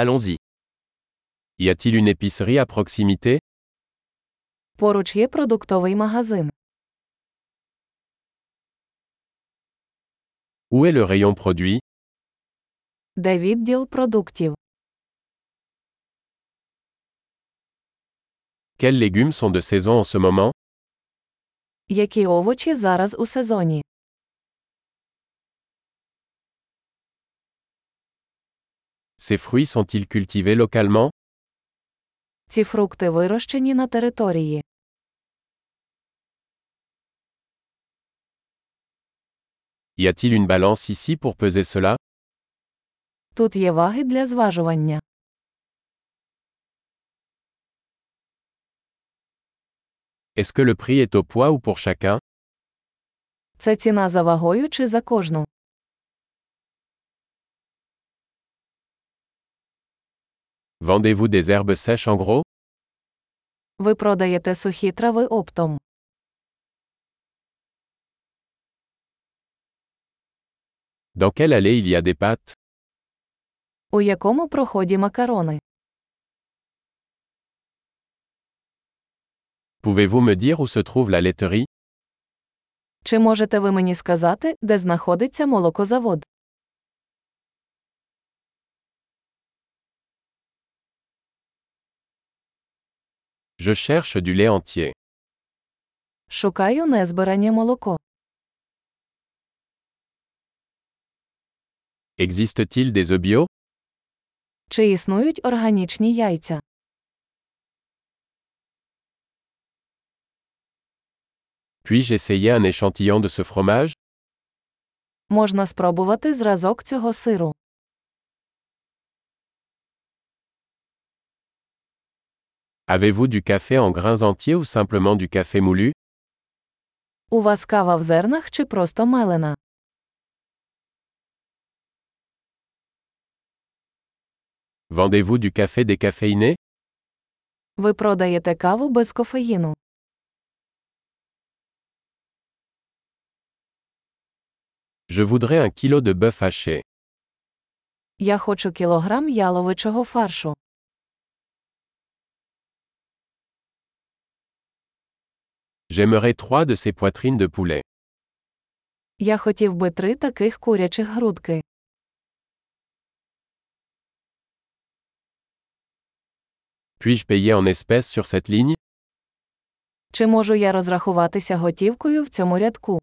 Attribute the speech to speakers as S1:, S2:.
S1: Allons-y. Y a-t-il une épicerie à proximité
S2: Поруч є продуктовий магазин.
S1: Où est le rayon produit
S2: Де відділ продуктів?
S1: Quels légumes sont de saison en ce moment
S2: Які овочі зараз у сезоні?
S1: Ces fruits sont-ils cultivés localement
S2: Ці фрукти вирощені на території.
S1: Y a-t-il une balance ici pour peser cela
S2: Тут є ваги для зважування.
S1: Est-ce que le prix est au poids ou pour chacun
S2: Це ціна за вагою чи за кожну?
S1: Vendez-vous des herbes sèches en gros
S2: Ви продаєте сухі трави оптом.
S1: Dans quelle allée il y a des pâtes
S2: У якому проході макарони?
S1: Pouvez-vous me dire où se trouve la laiterie
S2: Чи можете ви мені сказати, де знаходиться молокозавод?
S1: Je cherche du lait entier.
S2: Шукаю незбирання молоко.
S1: Existe-t-il des œufs bio
S2: Чи існують органічні яйця?
S1: Puis-je essayer un échantillon de ce fromage
S2: Можна спробувати зразок цього сиру.
S1: Avez-vous du café en grains entiers ou simplement du café moulu
S2: У вас кава в зернах чи просто мелена?
S1: Vendez-vous du café décaféiné
S2: Ви продаєте каву без кофеїну.
S1: Je voudrais un kilo de bœuf haché.
S2: Я хочу кілограм яловичого фаршу.
S1: J'aimerais trois de ces poitrines de poulet.
S2: Я хотів би три таких курячих грудки.
S1: Puis-je payer en espèces sur cette ligne
S2: Чи можу я розрахуватися готівкою в цьому рядку?